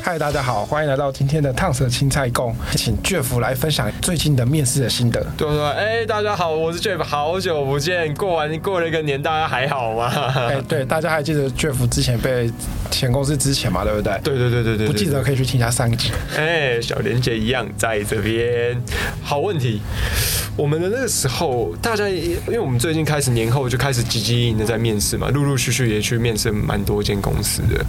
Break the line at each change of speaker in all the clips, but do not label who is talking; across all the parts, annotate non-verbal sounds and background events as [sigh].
嗨，大家好，欢迎来到今天的烫色青菜供，请 Jeff 来分享最近的面试的心得。
对我说，哎、大家好，我是 Jeff，好久不见，过完过了一个年，大家还好吗？
哎、对，大家还记得 Jeff 之前被前公司之前嘛，对不对？
对对对对对，
不记得可以去听一下上一集。
对。哎、小莲姐一样在这边。好问题，我们的那个时候，大家也因为我们最近开始年后就开始积极的在面试嘛，陆陆续续也去面试蛮多间公司的。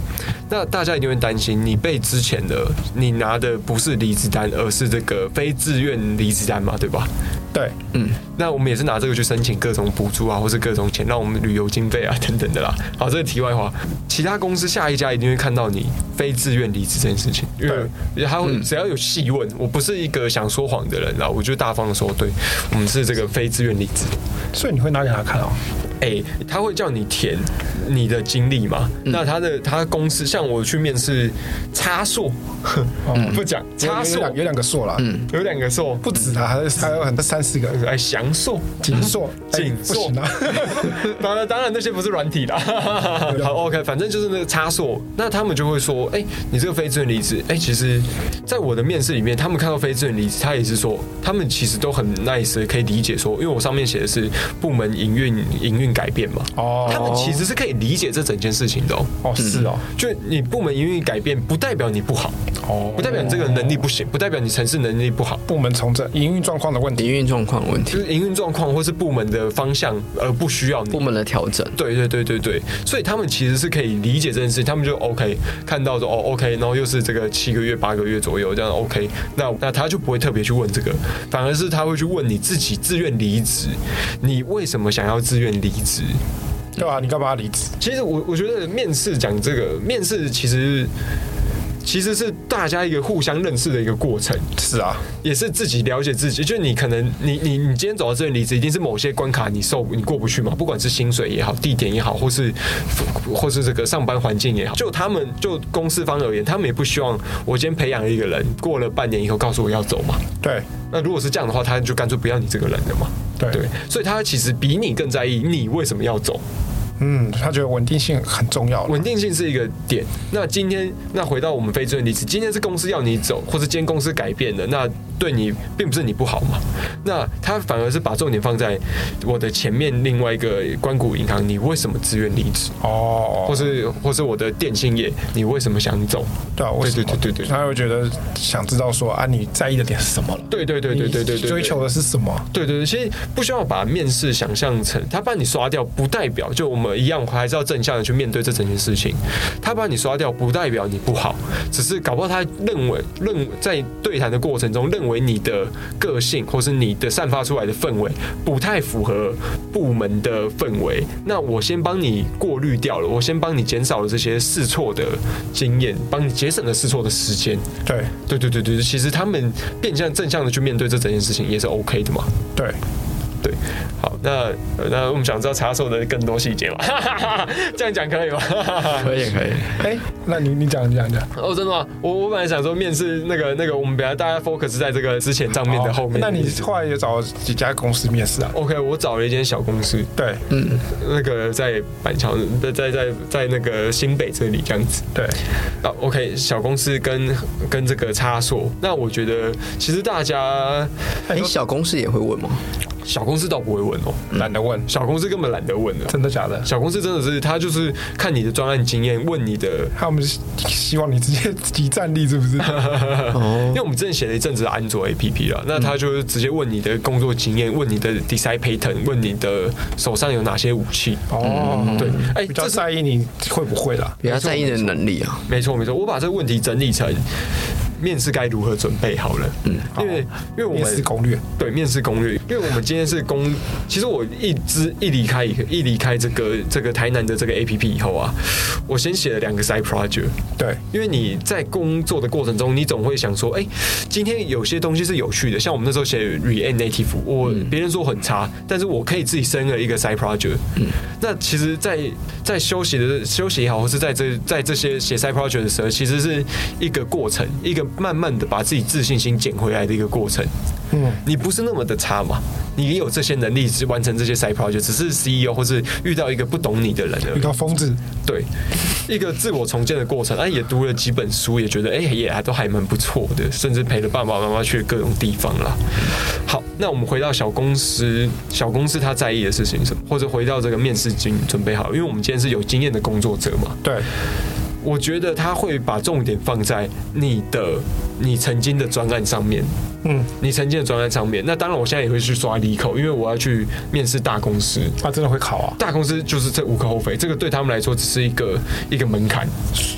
那大家一定会担心，你被之前的你拿的不是离职单，而是这个非自愿离职单嘛，对吧？
对，
嗯那我们也是拿这个去申请各种补助啊，或是各种钱，让我们旅游经费啊等等的啦。 [laughs] 好，这个题外话，其他公司下一家一定会看到你非自愿离职这件事情，因为还有只要有细问，我不是一个想说谎的人啦，我就大方的说，对我们是这个非自愿离职。
所以你会拿给他看哦。
哎、他会叫你填你的经历嘛？那他的他公司像我去面试插硕， [laughs] 不讲插
有有
硕
两有两个硕啦，嗯，
有两个硕，
不止啊，还有还有很多三四个
哎翔硕。
紧硕，
[laughs]
哎
紧
不
硕
行啊。
当然，当然那些不是软体啦。
啊
好，OK，反正就是那个插硕，那他们就会说，哎、你这个非自愿离职，哎、其实，在我的面试里面，他们看到非自愿离职，他也是说，他们其实都很 nice，的可以理解说，因为我上面写的是部门营运营运改变嘛，
哦
他们其实是可以理解这整件事情的、哦。
哦，是哦，
就你部门营运改变，不代表你不好，
哦
不代表你这个能力不行，不代表你城市能力不好。
部门重整、营运状况的问
营
题。
运状况问
就
题，
是营运状况或是部门的方向，而不需要你
部门的调整。
对对对对对，所以他们其实是可以理解这件事，他们就 OK 看到说哦 OK，然后又是这个七个月八个月左右这样 OK，那那他就不会特别去问这个，反而是他会去问你自己自愿离职，你为什么想要自愿离职？
对啊，你干嘛离职？
其实我我觉得面试讲这个面试其实其实是大家一个互相认识的一个过程，
是啊，
也是自己了解自己，就你可能你你你今天走到这里离职，一定是某些关卡你受你过不去嘛，不管是薪水也好，地点也好，或是或是这个上班环境也好，就他们就公司方而言，他们也不希望我今天培养一个人，过了半年以后告诉我要走嘛。
对，
那如果是这样的话，他就干脆不要你这个人了嘛。
对
对，所以他其实比你更在意你为什么要走。
嗯，他觉得稳定性很重要。
稳定性是一个点。那今天，那回到我们非自愿离职，今天是公司要你走，或是今天公司改变了，那对你并不是你不好嘛？那他反而是把重点放在我的前面另外一个关谷银行，你为什么自愿离职？
哦，
或是或是我的电信业，你为什么想走？
对啊，为什么？
对对对对对
他会觉得想知道说啊，你在意的点是什么了？
对对对对对对对
你追求的是什么？
对对对，其实不需要把面试想象成他把你刷掉，不代表就我们一样还是要正向的去面对这整件事情。他把你刷掉，不代表你不好，只是搞不好他认为认在对谈的过程中认为你的个性或是你的散发出来的氛围不太符合部门的氛围，那我先帮你过滤掉了，我先帮你减少了这些试错的经验，帮你节省了试错的时间。
对
对对对对，对其实他们变相正向的去面对这整件事情也是 OK 的嘛。
对，
对，好，那呃那我们想知道查手的更多细节嘛？ [laughs] 这样讲可以吗？ [laughs]
可以可以，
哎、那你你讲你讲你讲，
哦，真的吗？我我本来想说面试那个那个，我们本来大家 focus 在这个之前账面的后面。
那你后来也找几家公司面试啊？
OK？我找了一间小公司，
对
那个在板桥，在在在在那个新北这里这样子。
对，
啊，OK，小公司跟跟这个差所，那我觉得其实大家
哎、小公司也会问吗？
小公司倒不会问哦，
懒得问，
小公司根本懒得问的。
真的假的？
小公司真的是，他就是看你的专案经验，问你的
他们希望你直接集战力是
[laughs]
不是？哦
因为我们之前写了一阵子的安卓 APP 啦，那
嗯
他就是直接问你的工作经验，问你的 design pattern，问你的手上有哪些武器。
哦，
对，哎、
比较
这是
在意你会不会啦。
比较在意你的能力啊。
没错没错，我把这个问题整理成面试该如何准备好了。嗯，因为因为我
哦面试
们
攻略，
对面试攻略，因为我们今天是攻，其实我一直一离开一离开这个这个台南的这个 A P P 以后啊，我先写了两个 side project，
对，
因为你在工作的过程中，你总会想说，哎、今天有些东西是有趣的，像我们那时候写 React Native，我别人说很差，但是我可以自己生了一个 side project。那其实在，在休息的休息也好，或是在这在这些写 side project 的时候，其实是一个过程，一个慢慢的把自己自信心捡回来的一个过程。
嗯，
你不是那么的差嘛，你有这些能力去完成这些 side project，只是 CEO 或是遇到一个不懂你的人而
遇
已。
到疯子，
对，一个自我重建的过程，哎、也读了几本书，也觉得哎、也还都还蛮不错的，甚至陪了爸爸妈妈去各种地方啦。好，那我们回到小公司，小公司他在意的事情是什么，或者回到这个面试经准备好，因为我们今天是有经验的工作者嘛，
对，
我觉得他会把重点放在你的你曾经的专案上面，
嗯，
你曾经的专案上面。那当然，我现在也会去刷离口，因为我要去面试大公司。
他真的会考啊，
大公司就是这无可厚非，这个对他们来说只是一个一个门槛。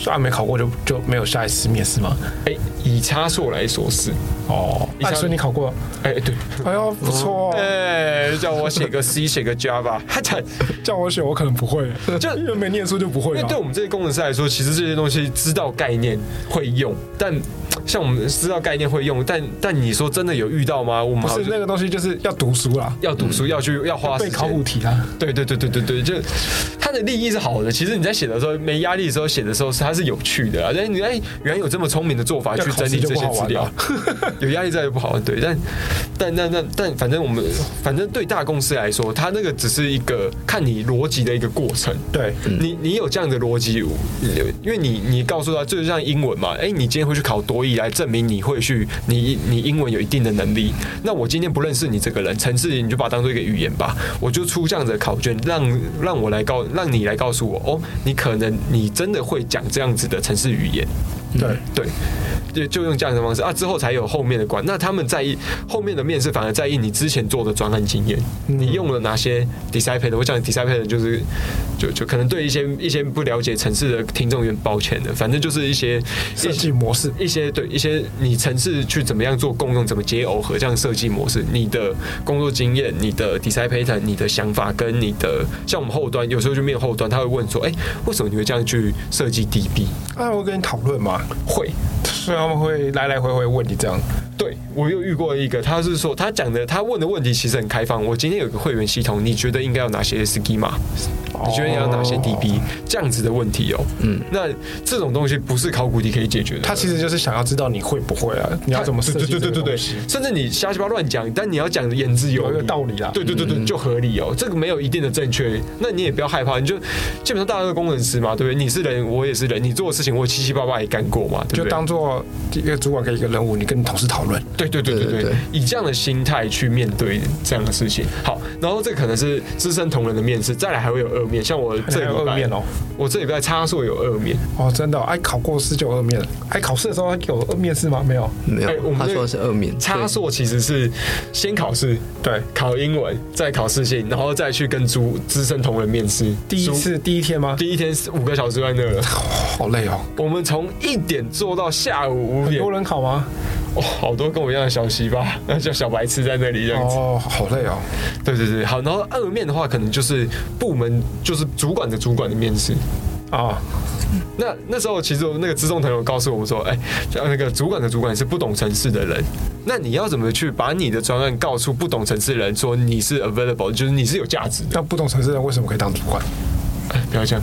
啊，没考过就就没有下一次面试吗？
哎、以差错来说是，
哦，
下
啊，所以你考过，
哎、对，
哎呦，不错哦，
哎、叫我写个 C，写个 Java，哈惨。
叫我选我可能不会，
就
因为没念书就不会
因为
啊
哎对。我们这些工程师来说，其实这些东西知道概念会用，但像我们知道概念会用，但但你说真的有遇到吗？我们
不
好
是
像
那个东西，就是啊要读书啦，
要读书，要去要花时
背
间
考古题啦。
对对对对对对，就它的利益是好的。其实你在写的时候没压力的时候写的时候是它是有趣的啊。但是你哎，原来有这么聪明的做法
要
去
考
整
试
理
就
这
不
些
好
资
玩
料
了，
[laughs] 有压力在就不好。对，但但但但但反正我们反正对大公司来说，它那个只是一个看你逻辑的一个过程。
对，
你你有这样的逻辑，因为你你告诉他，就像英文嘛，哎、你今天会去考多译来证明你会去，你你英文有一定的能力。那我今天不认识你这个人，陈志你就把它当做一个语言吧，我就出这样子的考卷，让让我来告，让你来告诉我，哦，你可能你真的会讲这样子的城市语言。
对，
对，就就用这样的方式啊，之后才有后面的关。那他们在意后面的面试，反而在意你之前做的专案经验，
嗯
你用了哪些 disciple。我讲 disciple 就是，就就可能对一些一些不了解城市的听众有点抱歉的，反正就是一些
设
一些
计模式
一些对一些你城市去怎么样做共用，怎么结耦合这样设计模式，你的工作经验、你的 design pattern、你的想法跟你的像我们后端有时候就面后端，他会问说，哎、为什么你会这样去设计 DB？
啊，我跟你讨论嘛，
会，
所以他们会来来回回问你这样。
对我又遇过一个，他是说他讲的，他问的问题其实很开放。我今天有个会员系统，你觉得应该有哪些 schema？你觉得要哪些 DB？这样子的问题哦、嗯，那这种东西不是考古题可以解决的。
他其实就是想要知道你会不会啊，你要怎么设计
对对对
这
对
个
对，
东西
甚至你瞎鸡巴乱讲，但你要讲的言之有
有一个
理
道理啦嗯
对对对对，就合理哦。这个没有一定的正确，那你也不要害怕，你就基本上大家都工程师嘛，对不对？你是人，我也是人，你做的事情我七七八八也干过嘛，对不对？
就当做一个主管给一个任务，你跟你同事讨论。
对对对对
对
对
对对，
以这样的心态去面对这样的事情。好，然后这可能是资深同仁的面试，再来还会有二面，像我这
还有
礼
二
拜
面哦，
我这礼拜差数有二面，
哦，真的哦、哎，考过试就有二面了。哎，考试的时候有二面试吗？没有。
没
哎我
有，
们
他
这
说的是二面
差数其实是先考试，
对，
考英文，再考试性，然后再去跟主资深同仁面试。
第一
主
次第一天吗？
第一天五个小时在那
[laughs]
了，
好累哦，
我们从一点做到下午五
很
点，
多
哇、
人考吗？
好多跟我一样的小西吧， [laughs] 那叫小白痴在那里这样子。
哦，好累哦。
对对对，好，然后二面的话，可能就是部门就是主管的主管的面试。
啊，
那那时候其实我那个资中朋友告诉我们说，哎、像那个主管的主管是不懂城市的人，那你要怎么去把你的专案告诉不懂城市的人说你是 available，就是你是有价值的？
那不懂城市人为什么可以当主管？
哎不要这样，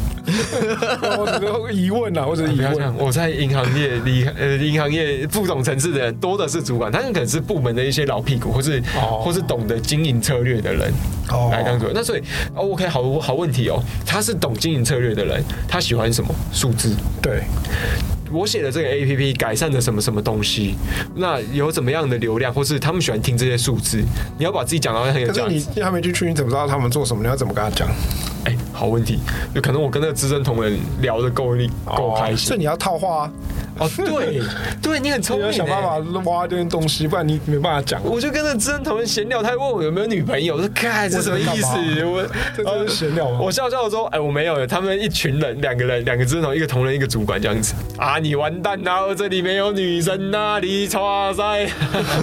我只是疑问啊，我只是疑
不要这
问
样。，我在银行业离开呃银行业不懂城市的人多的是主管，他们可能是部门的一些老屁股，或是、
哦
或是懂得经营策略的人。
哦
来当主任。那所以哦，OK，好好问题哦，他是懂经营策略的人，他喜欢什么数字？
对，
我写的这个 APP 改善了什么什么东西？那有怎么样的流量，或是他们喜欢听这些数字？你要把自己讲到很有
可
价
是你
值。
让他们去去，你怎么知道他们做什么？你要怎么跟他讲？
哎、好问题，有可能我跟那个资深同仁聊得够力够开
所以
心。
你要套话啊。
哦，
[laughs]
对，对你很聪
你
明
要
欸，
想办法挖这些东西，不然你没办法讲。
我就跟那知恩同学闲聊，他还问我有没有女朋友，我说：“看这什么意思？”我
啊
哦
这真是闲聊吗
我笑笑说：“哎，我没有。”他们一群人，两个人，两个知恩同学，一个同仁，一个主管，这样子啊，你完蛋啦！我这里没有女生呐，你哇塞！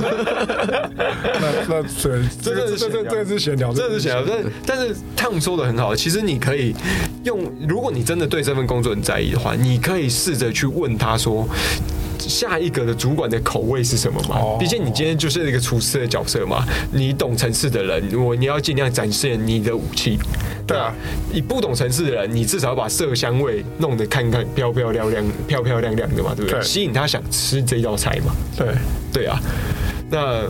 那那这
真的
这
是闲
这
聊
这是闲聊，
真的是想要，但但是烫说的很好。其实你可以用，如果你真的对这份工作很在意的话，你可以试着去问他说。下一个的主管的口味是什么嘛
哦？
毕竟你今天就是一个厨师的角色嘛，你懂城市的人，我你要尽量展现你的武器。
对啊，
你不懂城市的人，你至少要把色香味弄得看看漂漂亮亮、漂漂亮亮的嘛，对不对？
对
吸引他想吃这道菜嘛。
对，
对啊，那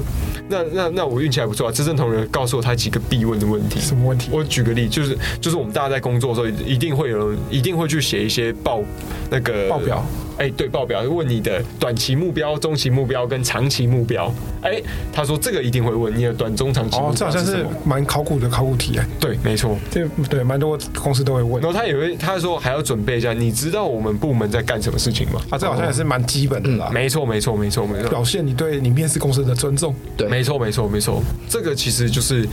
那那那我运气还不错啊，资深同仁告诉我他几个必问的问题。
什么问题？
我举个例，就是就是我们大家在工作的时候，一定会有人一定会去写一些报那个
报表，
哎、对，报表问你的短期目标、中期目标跟长期目标。哎、他说这个一定会问你的短、中、长期目
哦，这
标
好像
是什
是
么？
蛮考古的考古题哎，
对，没错。
这对蛮多公司都会问
然后他也会他说还要准备一下，你知道我们部门在干什么事情吗？
啊，这好像也是蛮基本的啦，
没错，没错，没错，没错。
表现你对你面试公司的尊重。
对
没错，没错，没错，这个其实就是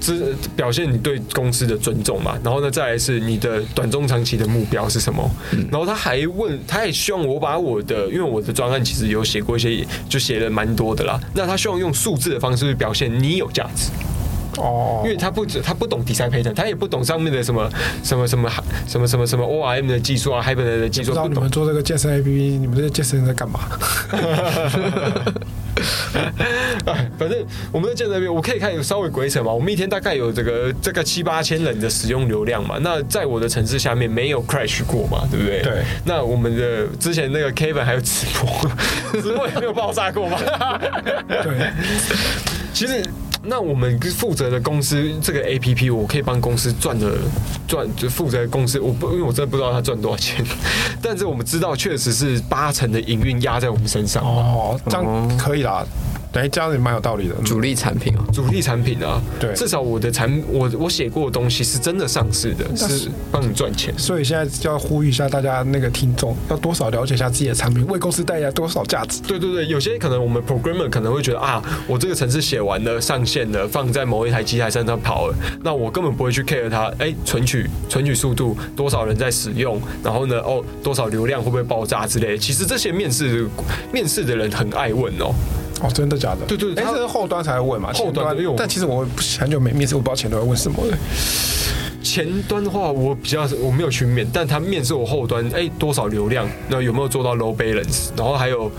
这表现你对公司的尊重嘛。然后呢，再来是你的短中长期的目标是什么？然后他还问，他也希望我把我的，因为我的专案其实有写过一些，就写了蛮多的啦。那他希望用数字的方式去表现你有价值，
哦，
因为他不止他不懂 design pattern，他也不懂上面的什么什么什么什么什么什么 ORM 的技术啊，Hibernate 的技
不
术
知道
不
你
懂
们。做这个健身 APP，你们这些健身人在干嘛？
[laughs] 哎反正我们在健身那边，我可以看有稍微鬼扯嘛。我们一天大概有这个这个七八千人的使用流量嘛。那在我的城市下面没有 crash 过嘛，对不对？
对。
那我们的之前那个 Kevin 还有直播，直播也没有爆炸过嘛。
对，
[laughs] 其实，那我们负责的公司这个 A P P，我可以帮公司赚的赚，就负责公司，我不因为我真的不知道他赚多少钱，但是我们知道确实是八成的营运压在我们身上。
哦，这样可以啦，哎，这样也蛮有道理的。
主力产品哦，
主力产品啊，
对
至少我的产我我写过的东西是真的上市的，是帮你赚钱。
所以现在要呼吁一下大家那个听众，要多少了解一下自己的产品，为公司带来多少价值。
对对对，有些可能我们 programmer 可能会觉得啊，我这个程式写完了，上线了，放在某一台机台上它跑了，那我根本不会去 care 它，哎，存取存取速度多少人在使用，然后呢，哦，多少流量会不会爆炸之类的。其实这些面试面试的人很爱问哦，
哦，真的假的？
对对
哎，
他
这是后端才会问嘛？
后端
前
因为我
但其实我很久没面试，我不知道前端会问什么的。
前端的话，我比较我没有去面，但他面是我后端，哎、多少流量，那有没有做到 low balance，然后还有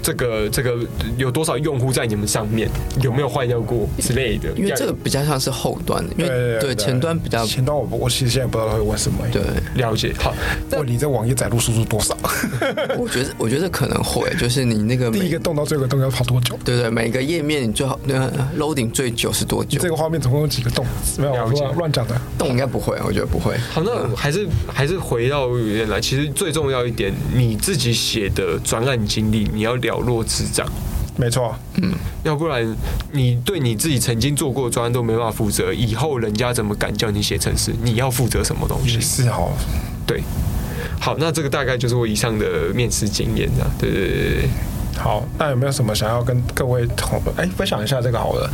这个这个有多少用户在你们上面，有没有坏掉过之类的。
因为这个比较像是后端，因为对前端比较
前端我不我其实现在不知道他会问什么。哎
对，
了解好，
问你这网页载入输出多
[laughs]
少？ [laughs]
我觉得我觉得可能会就是你那个
第一
每
个洞到最后一个洞要跑多久？
对对每个页面你最好那个 loading 最久是多久
这？个画面总共有几个洞？没有，
了解
乱乱讲的。
动应该不会，我觉得不会。
好，
嗯
那还是还是回到原来，其实最重要一点，你自己写的专案经历，你要了若指掌。
没错，
要不然你对你自己曾经做过的专案都没办法负责，以后人家怎么敢叫你写程式？你要负责什么东西
也？是哦。
对，好，那这个大概就是我以上的面试经验啊。对对对对对，
好，那有没有什么想要跟各位同哎分享一下这个好了？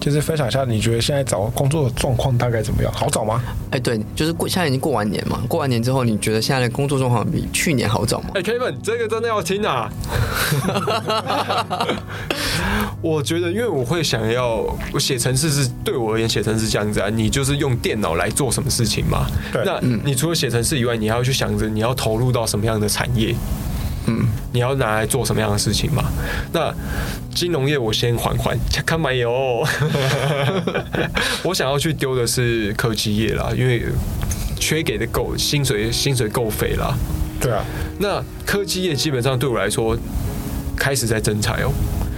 就是分享一下你觉得现在找工作的状况大概怎么样？好找吗？
哎，对，就是过现在已经过完年嘛，过完年之后，你觉得现在的工作状况比去年好找吗？
哎、k e v i n 这个真的要听啊！ [laughs] 我觉得，因为我会想要，我写程式是对我而言，写程式这样子啊，你就是用电脑来做什么事情嘛。
对
那你除了写程式以外，你还要去想着你要投入到什么样的产业。你要拿来做什么样的事情嘛？那金融业我先缓缓，看没有。 [laughs] 我想要去丢的是科技业啦，因为缺给的够，薪水薪水够肥啦。
对啊，
那科技业基本上对我来说开始在增财哦。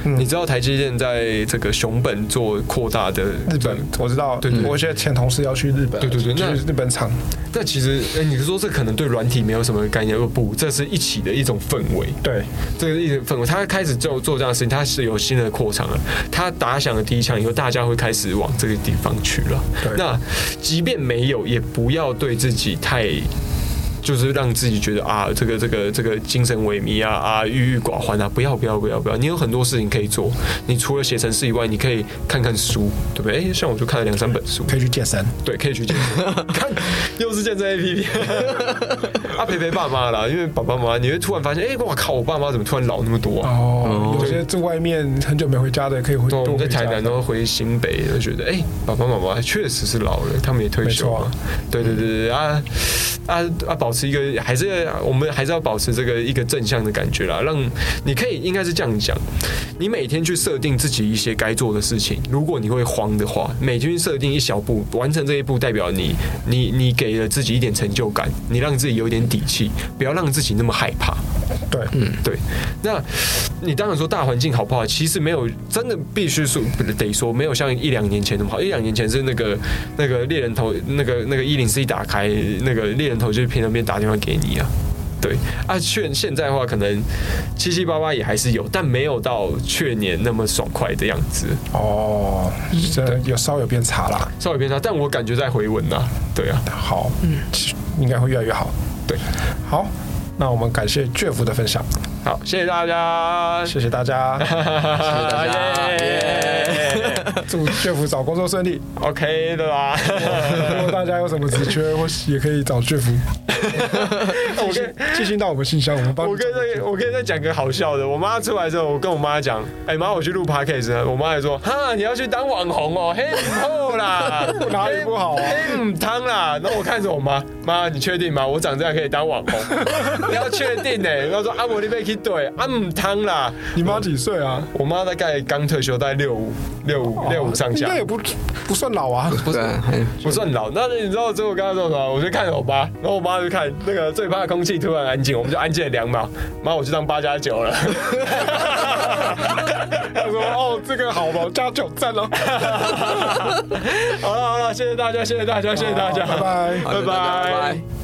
嗯
你知道台积电在这个熊本做扩大的
日本我知道，
对对
我现在前同事要去日本，
对对对
去
那
日本厂，
那其实，哎、你说这可能对软体没有什么概念，不，这是一起的一种氛围。
对，
这个一直氛围，他开始做做这样的事情，他是有新的扩张了。他打响了第一枪以后，大家会开始往这个地方去了
对。
那即便没有，也不要对自己太就是让自己觉得啊，这个这个这个精神萎靡啊啊，郁郁寡欢啊，不要不要不要不要，你有很多事情可以做，你除了写程式以外，你可以看看书，对不对？诶像我就看了两三本书，
可以去健身。
对，可以去健身，看又是健身 A P P，啊陪陪爸妈啦，因为爸爸妈妈你会突然发现，哎、哇靠，我爸妈怎么突然老那么多啊？
哦，有些住外面很久没回家的，可以回
对，我
多
哦们在
回家
台南，然后回新北，就觉得哎、爸爸妈妈确实是老了，他们也退休
没错
了
啊。
对对对对啊啊啊！保持一个还是我们还是要保持这个一个正向的感觉啦，让你可以应该是这样讲，你每天去设定自己一些该做的事情。如果你会慌的话，每天去设定一小步，完成这一步，代表你你你给了自己一点成就感，你让自己有一点底气，不要让自己那么害怕。
对，
对，那你当然说大环境好不好，其实没有真的必须说得说没有像一两年前那么好。一两年前是那个那个猎人头那个那个一零四一打开，那个猎人头就是偏那边打电话给你啊。对啊，现现在的话可能七七八八也还是有，但没有到去年那么爽快的样子，
哦，这有稍微有变差啦。
稍微偏差，但我感觉在回稳啊。对啊，
好，嗯，应该会越来越好。
对，
好，那我们感谢卷福的分享，
好，谢谢大家，
谢谢大
[laughs]
家，
大 [laughs]
家
祝卷福找工作顺利。
，OK 的啦。 [laughs]
如果大家有什么职缺，或是也可以找卷福，
我跟
寄信到我们信箱，我们帮你
我跟那我跟再讲个好笑的，我妈出来之后，我跟我妈讲，哎、妈，我去录 podcast 了。我妈还说，哈，你要去当网红哦，嘿，不好啦，
哪里不好啊
嘿，唔当啦。然后我看着我妈，妈，你确定吗？我长这样可以当网
[laughs]
红？你要确定呢、然后说，啊，我你被去对，啊，唔当啦。
你妈几岁啊？
我妈大概刚退休，大概六五六五六五上
应
下
该。也不不算老
[laughs]
啊。 [laughs]
对，还
不算老，那你知道最后刚刚说什么？我就看着我妈，然后我妈就看那个最怕空气突然安静，我们就安静了两秒。妈，我去当八加九了。 [laughs]
他说：“哦，这个
[laughs]
好吧，加九赞 [laughs] 了，
好了好了，谢谢大家，谢谢大家，谢谢大家，
拜拜。”
拜拜
拜拜。